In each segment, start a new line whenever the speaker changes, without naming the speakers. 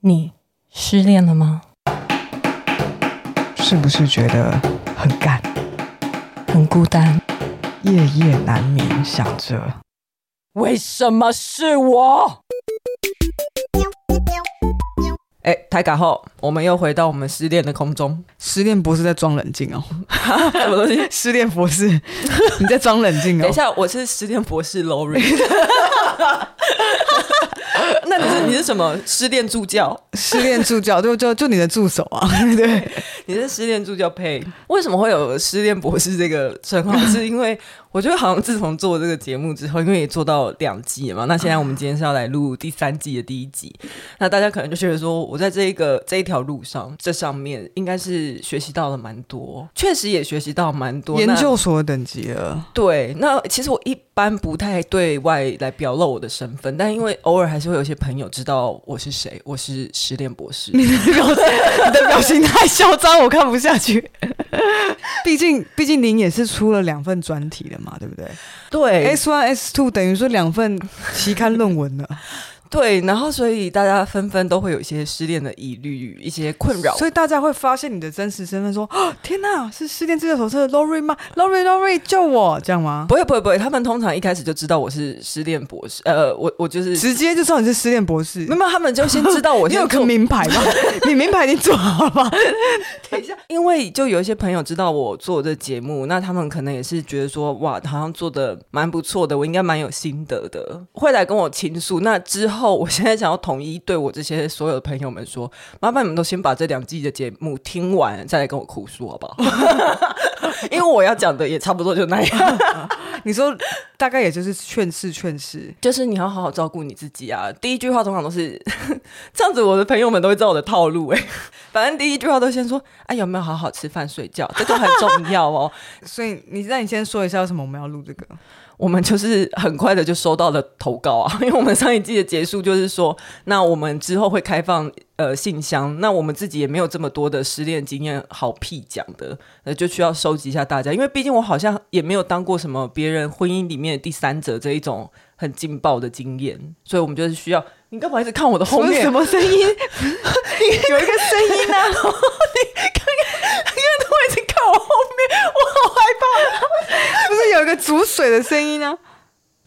你失恋了吗？
是不是觉得很干，
很孤单，
夜夜难眠，想着
为什么是我？
哎、台卡后，我们又回到我们失恋的空中。
失恋博士在装冷静哦？
什么东西？
失恋博士，你在装冷静哦？
等一，下，我是失恋博士 Lori。那你是你是什么失恋助教？
失恋助教就就就你的助手 啊？对，
你是失恋助教配？为什么会有失恋博士这个称号？是因为我觉得好像自从做这个节目之后，因为也做到两季了嘛，那现在我们今天是要来录第三季的第一集，那大家可能就觉得说，我在这一个这一条路上，这上面应该是学习到了蛮多，确实也学习到蛮多
研
那
究所等级了，
对，那其实我一般不太对外来表露我的身份，但因为偶尔还是会有些朋友知道我是谁，我是失恋博士。
你的表情，你的表情太嚣张，我看不下 去。毕竟，毕竟您也是出了两份专题的嘛，对不对
对，
？S one S two 等于说两份期刊论文了，
对，然后所以大家纷纷都会有一些失恋的疑虑，一些困扰。
所以大家会发现你的真实身份说，哦天哪，是失恋资料手册的 Lori 吗？Lori Lori 救我，这样吗？
不会不会不会，他们通常一开始就知道我是失恋博士，呃，我我就是
直接就知道你是失恋博士，
没有，他们就先知道我
你
先
有个
做
名牌吗？你名牌已经做好了吗？
等一下，因为就有一些朋友知道我做这节目，那他们可能也是觉得说，哇，好像做的蛮不错的，我应该蛮有心得的，会来跟我倾诉。那之后，我现在想要统一对我这些所有的朋友们说，麻烦你们都先把这两季的节目听完，再来跟我哭诉，好不 好？因为我要讲的也差不多就那样，
你说大概也就是劝世劝世，
就是你要好好照顾你自己啊。第一句话通常都是 这样子，我的朋友们都会知道我的套路哎、 反正第一句话都先说，哎，有没有好好吃饭睡觉，这个很重要哦。
所以你那你先说一下为什么我们要录这个？
我们就是很快的就收到了投稿啊， 因为我们上一季的结束就是说，那我们之后会开放呃信箱，那我们自己也没有这么多的失恋经验好屁讲的，那就需要收集一下大家，因为毕竟我好像也没有当过什么别人婚姻里面的第三者这一种很劲爆的经验，所以我们就是需要。你干嘛一直看我的后
是
面？
什么声音？有一个声音呢、啊
你看我一直看我后面，我好害怕。
不是有一个煮水的声音呢、 啊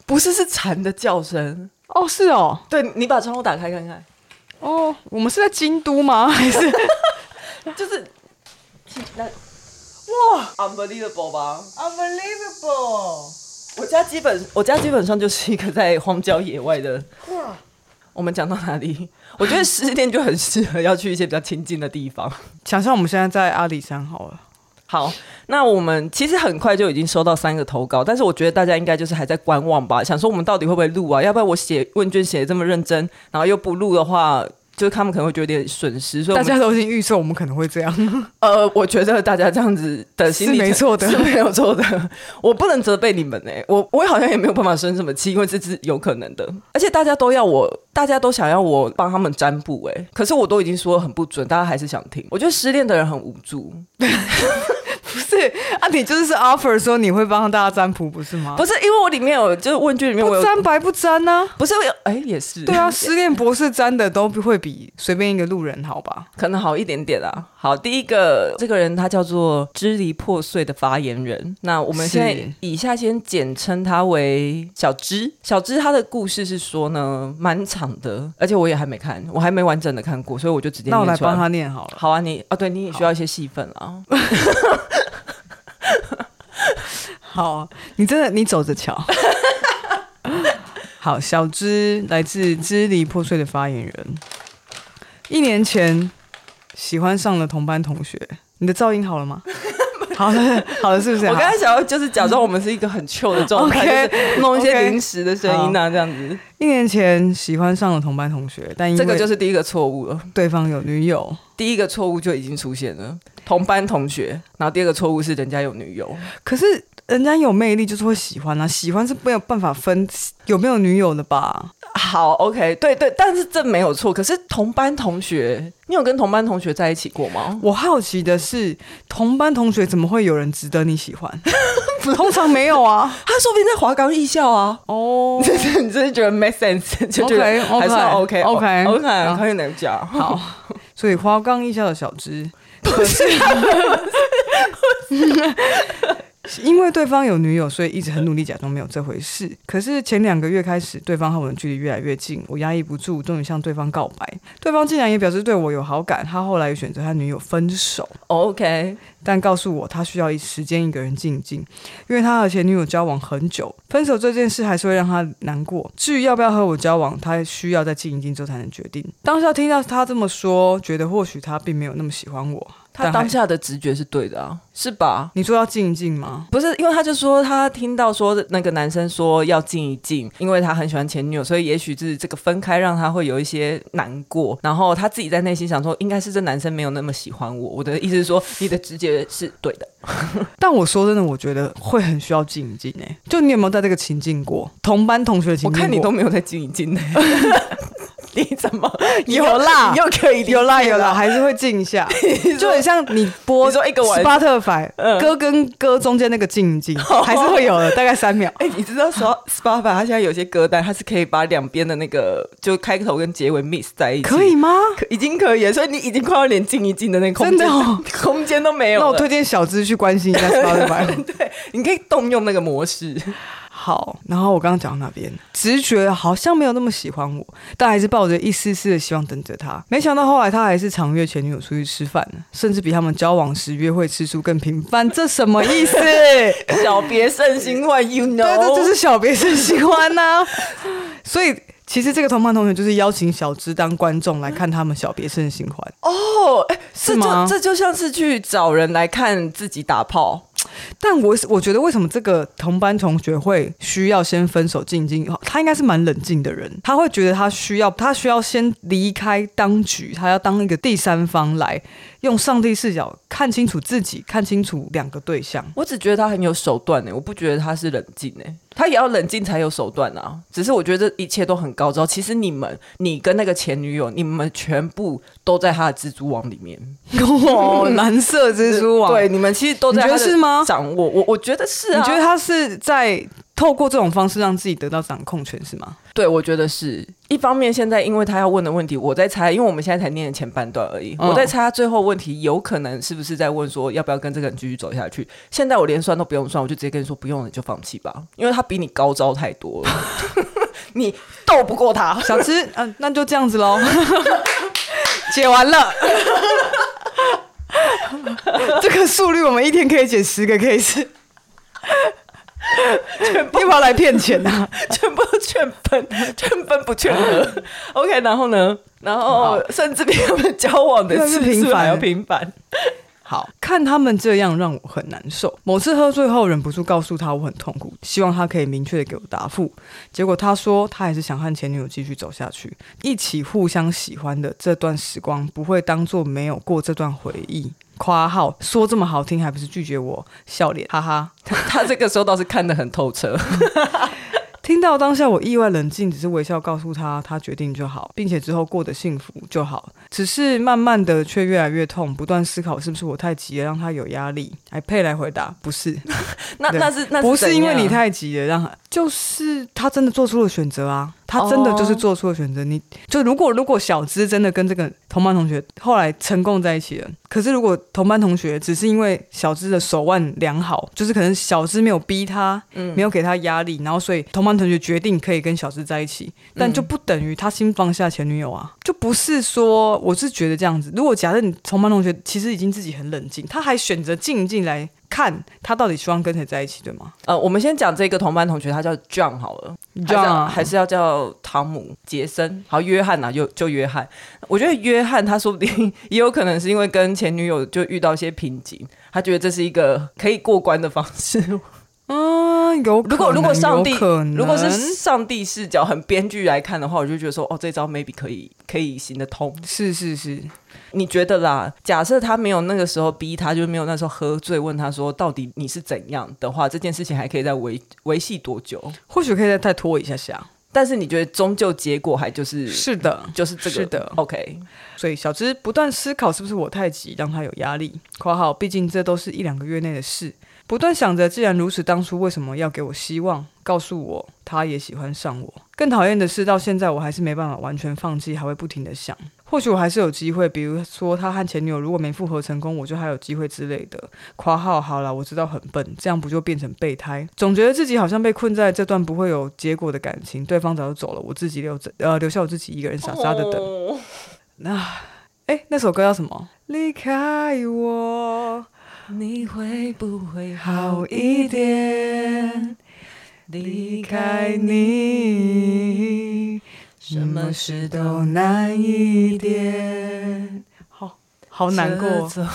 不是，是蝉的叫声。
哦，是哦，
对你把窗户打开看看。
哦，我们是在京都吗？还是
就是那哇，unbelievable 吧！
unbelievable？
我家基本我家基本上就是一个在荒郊野外的。我们讲到哪里？我觉得失恋就很适合要去一些比较清静的地方。
想象我们现在在阿里山好了。
好，那我们其实很快就已经收到三个投稿，但是我觉得大家应该就是还在观望吧，想说我们到底会不会录啊？要不然我写问卷写的这么认真，然后又不录的话，就是他们可能会觉得有点损失。所以我
大家
们
都已经预测我们可能会这样，
呃，我觉得大家这样子的心理
是没错的
是没有错的。 我不能责备你们哎、我我好像也没有办法生什么气，因为这是有可能的。而且大家都要我，大家都想要我帮他们占卜哎、可是我都已经说很不准，大家还是想听。我觉得失恋的人很无助，
不是 啊？你就是是 offer 说你会帮大家占卜，不是吗？
不是因为我里面有就是问卷里面我
不
有
沾白不沾呢、
不是我有哎、也是
对啊，失恋博士沾的都会比随便一个路人好吧？
可能好一点点啦。好，第一个这个人他叫做支离破碎的发言人，那我们
是
现在以下先简称他为小芝。小芝他的故事是说呢，蛮长的，而且我也还没看，我还没完整的看过，所以我就直接
那我来
念出
帮
来。
他念好了。
好啊，你啊，对你也需要一些戏份啊。
好啊，你真的你走着瞧。 好，小芝来自支离破碎的发言人。一年前喜欢上了同班同学，你的噪音好了 吗？好了，好了，是不是？
我刚
好
才想要就是假装我们是一个很 chill 的状态
OK，
就是弄一些
OK
临时的声音啊，这样子。
一年前喜欢上了同班同学，但因
这个
为
就是第一个错误了。
对方有女友，
第一个错误就已经出现了，同班同学。然后第二个错误是人家有女友。
可是人家有魅力就是会喜欢啊，喜欢是没有办法分有没有女友的吧？
好，OK，对对，但是这没有错。可是同班同学，你有跟同班同学在一起过吗？
我好奇的是，同班同学怎么会有人值得你喜欢？ 通常没有啊。
他说不定在华冈艺校啊。
哦、
这是 你真是觉得 make sense，就觉
OK，OK，
得还算 OK 哦
OK
OK，可以能讲
好，所以花岗艺校的小芝，可是 因为对方有女友，所以一直很努力假装没有这回事。可是前两个月开始，对方和我的距离越来越近，我压抑不住，终于向对方告白。对方竟然也表示对我有好感，他后来也选择和女友分手，
OK，
但告诉我他需要一时间一个人静一静，因为他和前女友交往很久，分手这件事还是会让他难过。至于要不要和我交往，他需要再静一静之后才能决定。当下听到他这么说，觉得或许他并没有那么喜欢我。
他
但还
当下的直觉是对的啊，是吧？
你说要静一静吗？
不是，因为他就说他听到说那个男生说要静一静，因为他很喜欢前女友，所以也许是这个分开让他会有一些难过。然后他自己在内心想说，应该是这男生没有那么喜欢我。我的意思是说，你的直觉是对的。
但我说真的，我觉得会很需要静一静诶、就你有没有在这个情境过？同班同学的情
我
境过
看你都没有在静一 静呢、 你怎么
有啦
你又可以理解
有啦有啦，，还是会静一 下，就很像你播
你说一个晚
Spotify
嗯
歌跟歌中间那个静一 静，
哦
还是会有的，大概三秒。
哎、你知道说 Spotify 它现在有些歌单，它是可以把两边的那个就开头跟结尾 mix 在一起，
可以吗？
可已经可以了，所以你已经快要连静一静的那个空
真
间，
的哦
空间都没有
那
了。
我推荐小资去关心一下 Spotify。
对，你可以动用那个 模式。
好，然后我刚刚讲到那边，直觉好像没有那么喜欢我，但还是抱着一丝丝的希望等着他。没想到后来他还是常约前女友出去吃饭，甚至比他们交往时约会次数更频繁，这什么意思？对，
小别胜新欢，you know，
啊这就是小别胜新欢呐、所以。其实这个同班同学就是邀请小芝当观众来看他们小别胜新欢，
哦，哎、这
是吗
就这就像是去找人来看自己打炮，
但我我觉得为什么这个同班同学会需要先分手静静？他应该是蛮冷静的人，他会觉得他需要他需要先离开当局，他要当一个第三方来用上帝视角看清楚自己，看清楚两个对象。
我只觉得他很有手段欸呢、我不觉得他是冷静呢、他也要冷静才有手段啊。只是我觉得这一切都很高招。其实你们，你跟那个前女友，你们全部都在他的蜘蛛网里面。
哦，蓝色蜘蛛网，
对，，你们其实都在
你觉得
他的
是吗
掌握我，我觉得是啊。
你觉得他是在透过这种方式让自己得到掌控权是吗？
对，我觉得是一方面。现在因为他要问的问题，我在猜，因为我们现在才念前半段而已，
嗯
我在猜他最后问题有可能是不是在问说要不要跟这个人继续走下去。现在我连算都不用算，我就直接跟你说不用了，你就放弃吧，因为他比你高招太多了， 你斗不过他。
小芝，嗯、那就这样子喽， 解完了。 这个速率，我们一天可以解十个 case。你不要来骗钱啊！
全部都劝分， 劝分不劝和。OK，然后呢？然后甚至比他们交往的次数还要频繁。
好看他们这样让我很难受。某次喝醉后，忍不住告诉他我很痛苦，希望他可以明确的给我答复。结果他说他还是想和前女友继续走下去，一起互相喜欢的这段时光不会当做没有过这段回忆。夸号说这么好听，还不是拒绝我？笑脸，哈哈。
他这个时候倒是看得很透彻。
听到当下，我意外冷静，只是微笑告诉他，他决定就好，并且之后过得幸福就好。只是慢慢的，却越来越痛，不断思考是不是我太急了，让他有压力。还配来回答，不是，
那
对
那是 那
不是因为
怎样
你太急了，让他，就是他真的做出了选择啊，他真的
哦
就是做出了选择。你就如果如果小资真的跟这个同班同学后来成功在一起了，可是如果同班同学只是因为小资的手腕良好，就是可能小资没有逼他，
嗯
没有给他压力，然后所以同班同学决定可以跟小智在一起，但就不等于他心放下前女友啊，就不是说我是觉得这样子。如果假设你同班同学其实已经自己很冷静，他还选择静一静来看他到底希望跟谁在一起，对吗？
呃，我们先讲这个同班同学，他叫 John 好了
这样
还是要还是要叫汤姆、杰森，好，约翰呐、啊，就就约翰。我觉得约翰他说不定也有可能是因为跟前女友就遇到一些瓶颈，他觉得这是一个可以过关的方 式。
嗯，有可能
如果如果上帝
有可能
如果是上帝视角很编剧来看的话，我就觉得说，哦，这招 maybe 可以可以行得通。
是是是，
你觉得啦？假设他没有那个时候逼他，就是没有那时候喝醉，问他说到底你是怎样的话，这件事情还可以再维维系多久？
或许可以再再拖一下下。
但是你觉得终究结果还就是
是的，
就是这个
是的
OK，
所以小芝不断思考是不是我太急让他有压力（括号毕竟这都是一两个月内的事），不断想着既然如此，当初为什么要给我希望，告诉我他也喜欢上我？更讨厌的是，到现在我还是没办法完全放弃，还会不停的想。或许我还是有机会，比如说他和前女友如果没复合成功，我就还有机会之类的。括号好了，我知道很笨，这样不就变成备胎？总觉得自己好像被困在这段不会有结果的感情，对方早就走了，我自己留着，呃，留下我自己一个人傻傻的等。
哦
哎，那首歌叫什么？离开我
你会不会
好一点，离开？你，
什么事
都
都
难一点。好，好难过哦，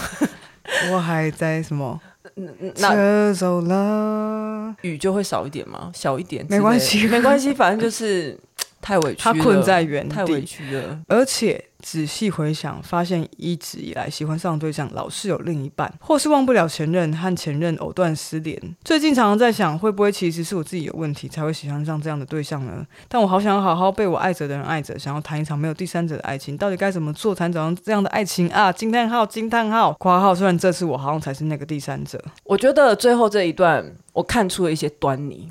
我还在什么？
那
车走了，
雨就会少一点吗？小一点之
没
类的，
关系
没关系，反正就是太委屈
他
了，
困在原
太委
地。
屈了。
而且仔细回想，发现一直以来喜欢上的对象老是有另一半，或是忘不了前任和前任藕断丝连。最近常常在想，会不会其实是我自己有问题，才会喜欢上这样的对象呢？但我好想好好被我爱着的人爱着，想要谈一场没有第三者的爱情，到底该怎么做才能找到这样的爱情啊？惊叹号！惊叹号！括号！虽然这次我好像才是那个第三者，
我觉得最后这一段，我看出了一些端倪。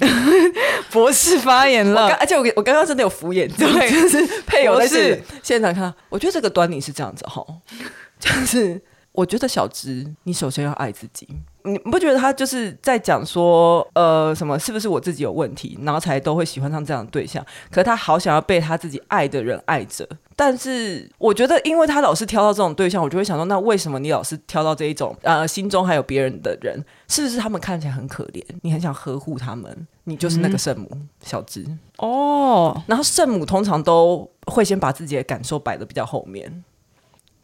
博士发言
我刚
了。
而且我我刚刚真的有敷衍，
对
就是配偶
我
在
是
现现场看，我觉得这个端倪是这样子哈， 就是我觉得小芝，你首先要爱自己，你不觉得他就是在讲说，呃，什么是不是我自己有问题，然后才都会喜欢上这样的对象？可是他好想要被他自己爱的人爱着。但是我觉得，因为他老是挑到这种对象，我就会想说，那为什么你老是挑到这一种呃心中还有别人的人？是不是他们看起来很可怜，你很想呵护他们？你就是
嗯
那个圣母、小芝。
哦，
然后圣母通常都会先把自己的感受摆的比较后面，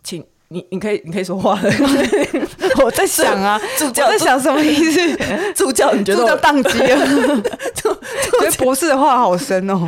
请你你可以你可以说话了。
我在想啊，
助
我在想什么意思？
助教，你觉
助
得
教
我
宕机了，
啊
所以博士的话好深哦。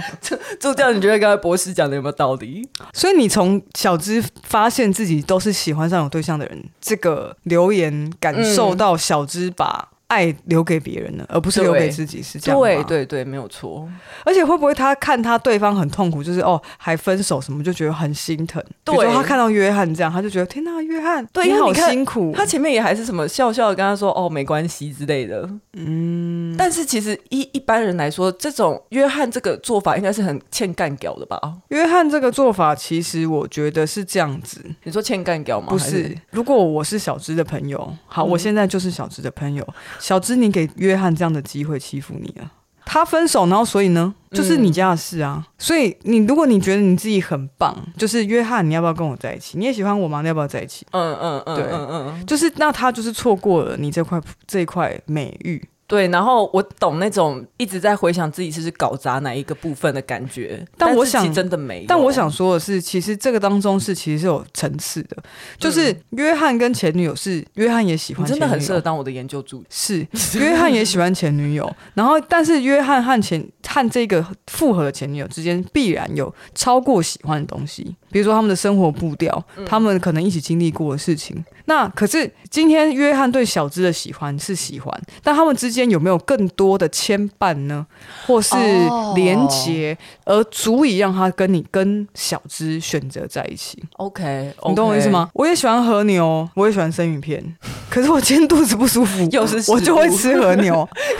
助教，你觉得刚才博士讲的有没有道理？
所以你从小资发现自己都是喜欢上有对象的人，这个留言感受到小资把爱留给别人了，而不是留给自己，是这样吗
对。对对，没有错。
而且会不会他看他对方很痛苦，就是哦还分手什么，就觉得很心疼。
对
比如说他看到约翰这样，他就觉得天哪，约翰，
对
你
因为
好
你看
辛苦。
他前面也还是什么笑笑的跟他说哦没关系之类的，嗯。但是其实一一般人来说，这种约翰这个做法应该是很欠干屌的吧？
约翰这个做法，其实我觉得是这样子，
你说欠干屌吗？
不
还
是，如果我是小芝的朋友，好，
嗯
我现在就是小芝的朋友。小芝，你给约翰这样的机会欺负你了。他分手，然后所以呢，就是你家的事
嗯
啊。所以你，如果你觉得你自己很棒，就是约翰，你要不要跟我在一起？你也喜欢我吗？你要不要在一起？
嗯嗯嗯
对
嗯嗯，
就是那他就是错过了你这块这一块美玉。
对，然后我懂那种一直在回想自己是不是搞砸哪一个部分的感觉，
但我
是其实
想
真的没有，
但我想说的是，其实这个当中是其实是有层次的，就是约翰跟前女友是约翰也喜
嗯你
欢前
真
女友，
的很适合当我的研究助理。
是约翰也喜欢前女友，然后但是约翰和前和这个复合的前女友之间必然有超过喜欢的东西，比如说他们的生活步调，他们可能一起经历过的事情。那可是今天约翰对小芝的喜欢是喜欢，但他们之间有没有更多的牵绊呢，或是
哦
连结，而足以让他跟你跟小芝选择在一起？
OK，
你懂我意思？吗？我也喜欢和牛，我也喜欢生鱼片， 可是我今天肚子不舒服，
又是食物
我就会吃和牛，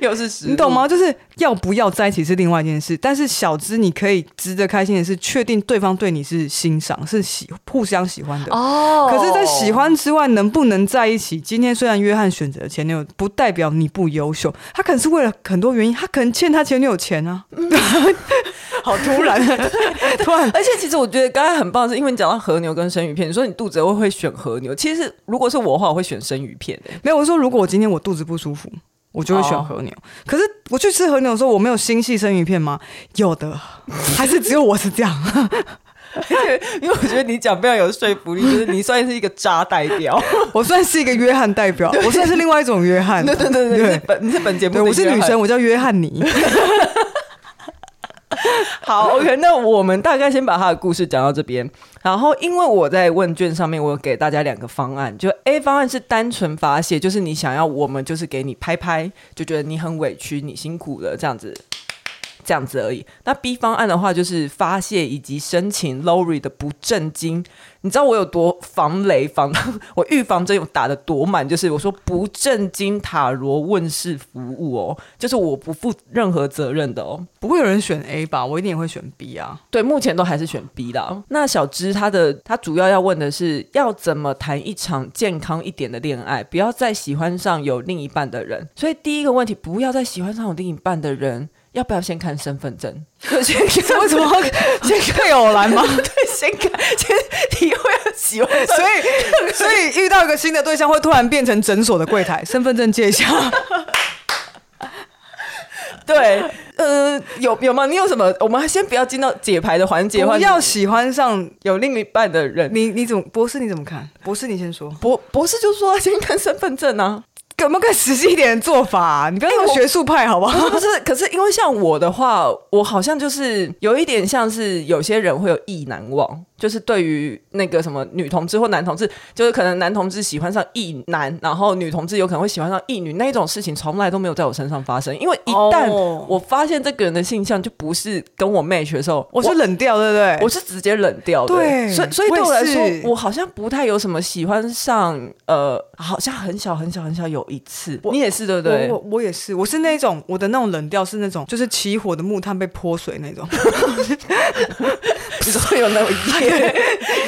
又是食物
你懂？吗？就是要不要在一起是另外一件事，但是小资你可以值得开心的是，确定对方对你是欣赏，是喜互相喜欢的。
哦
可是，在喜欢之外，能不能在一起？今天虽然约翰选择前女友，不代表你不优秀。他可能是为了很多原因，他可能欠他前女友钱啊。好突然，突然
而且其实我觉得刚才很棒，是因为你讲到和牛跟生鱼片，你说你肚子会会选和牛，其实如果是我的话，我会选生鱼片、欸。
没有，我说如果我今天我肚子不舒服，我就会
哦
选和牛。可是我去吃和牛的时候，我没有心系生鱼片吗？有的，还是只有我是这样。
因为我觉得你讲非常有说服力，就是你算是一个渣代表。
我算是一个约翰代表，我算是另外一种约翰。
对对对对，你
对
是本你是本节目
对，
的
我是女
约翰
生，我叫约翰尼。
好，OK，那我们大概先把他的故事讲到这边。然后，因为我在问卷上面，我有给大家两个方案，就 A 方案是单纯发泄，就是你想要我们就是给你拍拍，就觉得你很委屈，你辛苦了这样子。这样子而已。那 B 方案的话，就是发泄以及申请 Lori 的不正经。你知道我有多防雷防？ 我预防针有打的多满，就是我说不正经塔罗问世服务哦，就是我不负任何责任的哦。
不会有人选 A 吧？我一定也会选 B 啊。
对，目前都还是选 B 啦。那小芝她的她主要要问的是，要怎么谈一场健康一点的恋爱，不要再喜欢上有另一半的人。所以第一个问题，不要再喜欢上有另一半的人，要不要先看身份证？就 先看
为什 么先配偶栏吗？
对，先看，先你会喜欢上
所以，所以遇到一个新的对象，会突然变成诊所的柜台， 身份证借一下。
对，呃，有有吗？你有什么？我们先不要进到解牌的 环节，
不
或者
要喜欢上
有另一半的人。
你，你怎么博士？你怎么看？博士，你先说，
博博士就说要先看身份证啊，
有没有更实际一点的做法啊、你不要那么
哎我
学术派，好不好？
不是不 是，可是因为像我的话，我好像就是有一点像是有些人会有意难忘，就是对于那个什么女同志或男同志，就是可能男同志喜欢上异男，然后女同志有可能会喜欢上异女，那一种事情从来都没有在我身上发生。因为一旦
哦
我发现这个人的性向就不是跟我 match 的时候，
我是冷掉，对不对？
我是直接冷掉的，
对
所以所以对我
我
来
也是
说，我好像不太有什么喜欢上，呃，好像很小很小很小有一次，你也是对不对
我我？我也是，我是那种我的那种冷调是那种，就是起火的木炭被泼水那 种，
你说有那种 烟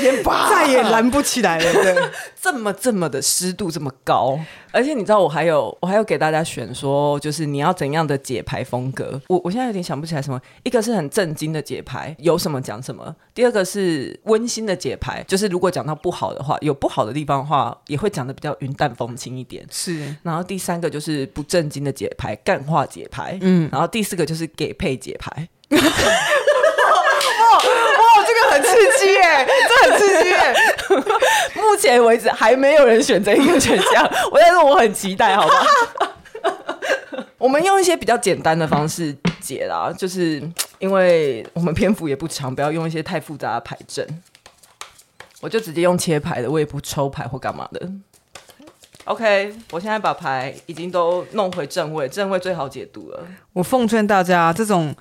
烟吧，
再也燃不起来了。对，
这么这么的湿度这么高，而且你知道我还有我还有给大家选说，就是你要怎样的解牌风格。我我现在有点想不起来什么，一个是很震惊的解牌，有什么讲什么；第二个是温馨的解牌，就是如果讲到不好的话，有不好的地方的话，也会讲的比较云淡风轻一点。
是
然后第三个就是不正经的解牌，干话解牌，嗯，然后第四个就是给配解牌，
哇，这个很刺激耶、这很刺激耶、
目前为止还没有人选择一个选项， 我但是我很期待，好吗？ 我们用一些比较简单的方式解啦，就是因为我们篇幅也不长，不要用一些太复杂的牌阵。我就直接用切牌的，我也不抽牌或干嘛的。OK，我现在把牌已经都弄回正位，正位最好解读了。
我奉劝大家，这种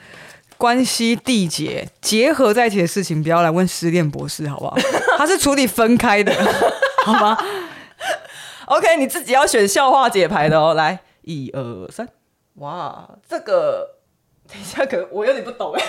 关系缔结结合在一起的事情，不要来问失恋博士，好不好？他是处理分开的， 好吗？
OK，你自己要选笑话解牌的哦。来，一二三，哇，这个等一下，可能我有点不懂哎。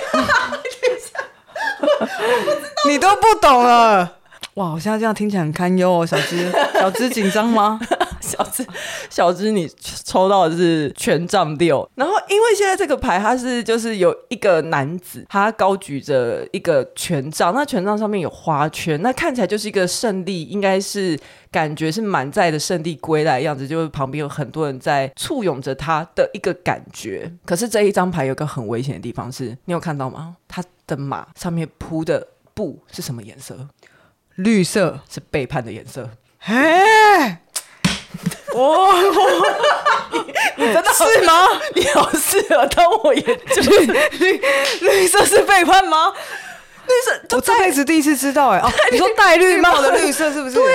你都不懂了。哇，我现在这样听起来很堪忧哦，小芝，小芝紧张吗？
小芝，小芝，你抽到的是权杖六。然后，因为现在这个牌它是就是有一个男子，他高举着一个权杖，那权杖上面有花圈，那看起来就是一个胜利，应该是感觉是满载的胜利归来的样子，就是旁边有很多人在簇拥着他的一个感觉。可是这一张牌有个很危险的地方是，你有看到吗？他的马上面铺的布是什么颜色？
绿色，
是背叛的颜色。
哎，哦，
真的 是吗？你好适合当我研究
绿绿绿色是背叛吗？
绿色，
我这辈子第一次知道、哎， 哦，你说戴绿帽的绿色是不是？对呀、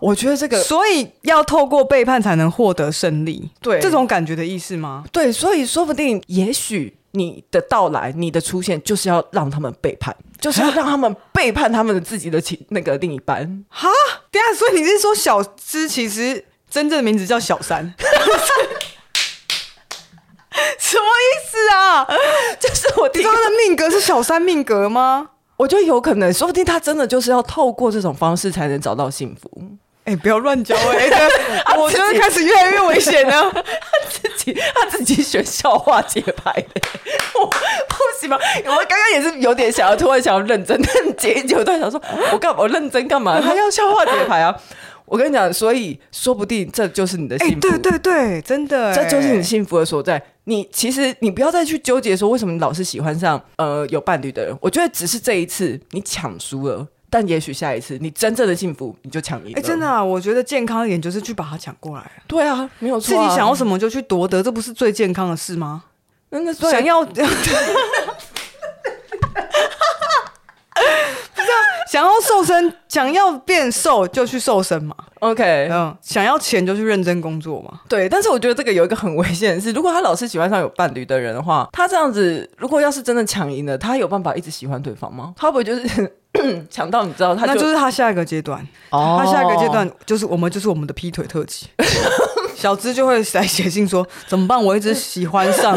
我觉得这个
所以要透过背叛才能获得胜利，
对
这种感觉的意思吗？
对，所以说不定，也许你的到来，你的出现，就是要让他们背叛，就是要让他们背叛他们的自己的情那个另一半。
哈，等一下，所以你是说小芝其实真正的名字叫小 三？什么意思啊？
就是我
你说，
听
他的命格是小三命格吗？
我觉得有可能，说不定他真的就是要透过这种方式才能找到幸福，
哎、不要乱教哎、 这个我觉得开始越来越危险了。
自己他自己选笑话节拍的。 我不行吧？我刚刚也是有点想要，突然想要认真，但解一解，我突然想说，我干嘛？我认真干 嘛？他要笑话节拍啊！我跟你讲，所以说不定这就是你的
哎、
幸福。
对对对，真的、
这就是你
哎
幸福的所在。你其实你不要再去纠结说为什么你老是喜欢上呃有伴侣的人。我觉得只是这一次你抢输了，但也许下一次你真正的幸福你就抢赢了。
哎、真的、啊，我觉得健康一点就是去把它抢过来，
对啊，没有
自己
错、啊。
想要什么就去夺得，这不是最健康的事吗？
那那
想
想要
要，不是啊，想要瘦身，想要变瘦就去瘦身嘛，
OK，
嗯，想要钱就去认真工作嘛。
对，但是我觉得这个有一个很危险的是，如果他老是喜欢上有伴侣的人的话，他这样子，如果要是真的抢赢了，他有办法一直喜欢对方吗？他会不会就是 抢到你知道他
那
就
就是他下一个阶段，
哦
他下一个阶段就是我们就是我们的劈腿特辑。 小资就会来写信说怎么办？我一直喜欢上，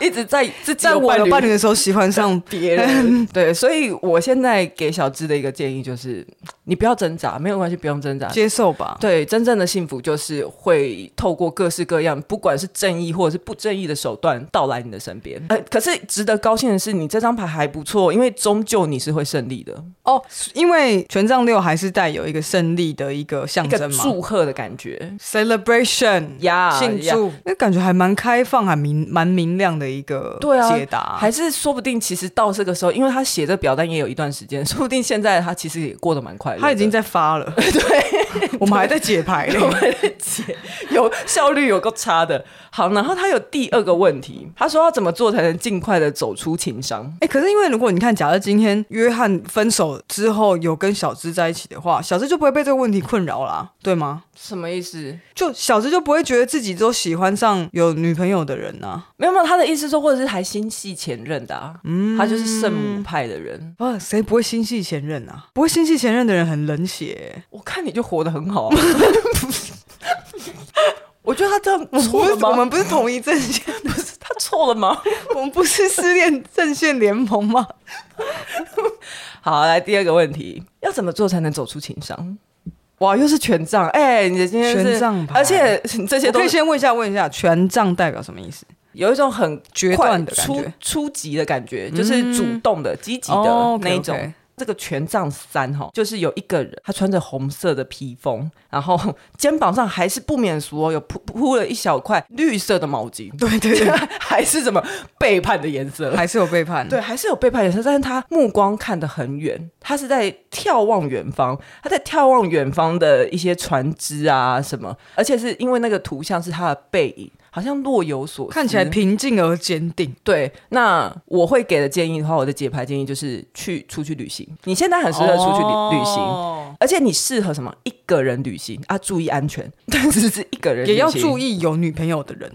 一直在自己
在我有
有
伴
伴
侣
侣
的时候喜欢上
别人对，所以我现在给小芝的一个建议就是，你不要挣扎，没有关系，不用挣扎。
接受吧。
对，真正的幸福就是会透过各式各样，不管是正义或者是不正义的手段到来你的身边。呃，可是值得高兴的是，你这张牌还不错，因为终究你是会胜利的，
哦，因为权杖六还是带有一个胜利的一个象
一个
征嘛
祝贺的感觉。
，celebration
呀
庆
呀
祝，那感觉还蛮开放，还明蛮明亮的一个
对啊
解答，
还是说不定，其实到这个时候，因为他写这表单也有一段时间，说 不定现在他其实也过得蛮快乐的。
他已经在发 了，对， 我们还在解牌嘞，
解有效率有够差的。好，然后他有第二个问题，他说要怎么做才能尽快的走出情伤？
哎、可是因为如果你看，假设今天约翰分手之后有跟小芝在一起的话，小芝就不会被这个问题困扰啦，对吗？
什么意思？
就小芝就不会觉得自己都喜欢上有女朋友的人啊呐、
没有没有，他的意思说，或者是还心系前任的、啊，他就是圣母派的人。
啊。哇，谁不会心系前任啊？不会心系前任的人很冷血、欸
我看你就活得很好、 啊。我觉得他这样
我
错了
们我
吗？
们不是同一阵 线，
他错了吗？
我们不是失恋阵线联盟吗？
好，来第二个问题，要怎么做才能走出情伤？哇，又是权杖，哎、你的今天是
权杖牌
而且这些
我
都
可以
是
先问一下，问一下，权杖代表什么意思？
有一种很
决
快
断的感
出
觉，嗯
初级的感觉，就是主动的、积极
哦
的
，OK，OK
那一种。这个权杖三哈，就是有一个人，他穿着红色的披风，然后 肩膀上还是不免俗哦，有铺铺了一小块绿色的毛巾，
对对对，
还是什么背叛的颜色。
还是有背叛。
对，，还是有背叛颜色，但是他目光看得很远，他是在眺望远方，他在眺望远方的一些船只啊什么，而且是因为那个图像是他的背影，好像若有所思，
看起来平静而坚定。
对，那我会给的建议的话，我的解牌建议就是去出去旅行。你现在很适合出去旅、
哦
旅行，
行，
而且你适合什么？一个人旅行啊，注意安全， 但是是一个人
也要
意。
注意有女朋友的 人。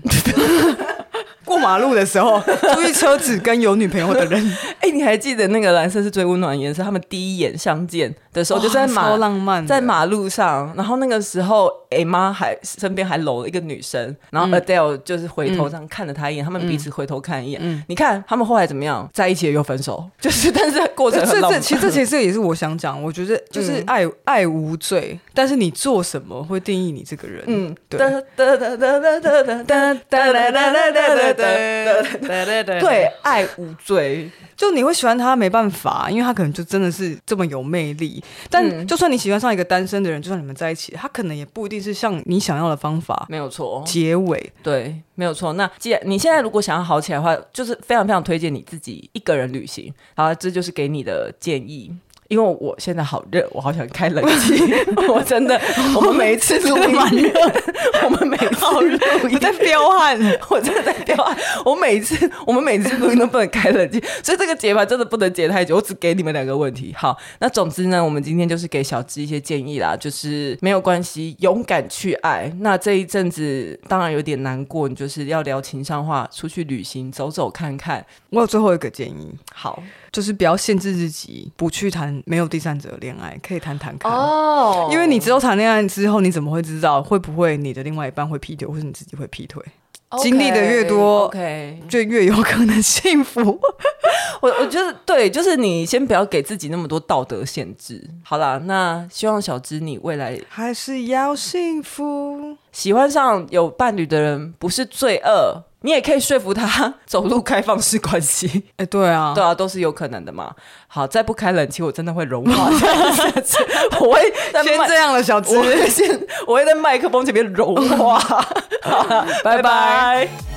过马路的时候，注意车子跟有女朋友的人，
哎、你还记得那个蓝色是最温暖的颜色？他们第一眼相见的时候，就在
哇超
马
浪漫的，
在马路上，然后那个时候，哎妈还身边还搂了一个女生，然
嗯
后 Adele 就是回头这样看了她一眼，他们彼此回头看一眼。
嗯
你看他们后来怎么样，在一起又分手，就是但是过程
这
很
这这
浪漫。嗯
其实这其实也是我想讲，我觉得就是爱、爱无罪，但是你做什么会定义你这个人。嗯，
嗯，
对
哒哒哒哒哒哒哒哒哒哒哒哒哒哒哒。对
对，，
爱无罪，
就你会喜欢他没办法，因为他可能就真的是这么有魅力。但
嗯
就算你喜欢上一个单身的人，就算你们在一起，他可能也不一定是像你想要的方法
没有 错。
结尾。
对，没有错。那既然你现在如果想要好起来的话，就是非常非常推荐你自己一个人旅行。好，这就是给你的建议。因为我现在好热，我好想开冷 气。我真的，我们每一次录音，我们每次录音
你在彪悍，
我真的在飙汗。我每次我们每次录音都不能开冷气，所以这个节牌真的不能解太久。我只给你们两个问题。好，那总之呢，我们今天就是给小芝一些建议啦，就是没有关系，勇敢去爱。那这一阵子当然有点难过，你就是要聊情商话，出去旅行走走看看。
我有最后一个建议，
好
就是不要限制自己，不去谈没有第三者的恋爱，可以谈谈看。
哦
因为你只有谈恋爱之后，你怎么会知道会不会你的另外一半会劈腿，或是你自己会劈腿？经历的越多
，OK，
就越有可能幸福。
我我觉得对，就是你先不要给自己那么多道德限制。好啦，那希望小芝你未来
还是要幸福。
喜欢上有伴侣的人不是罪恶，你也可以说服他 走入开放式 关系，
哎、对啊，
对啊，都是有可能的嘛。好，再不开冷气，我真的会 融化下去，我会在
先
麦
这，样了，小资
我。会先，我会在麦克风前面融化。好啦 拜
拜
拜。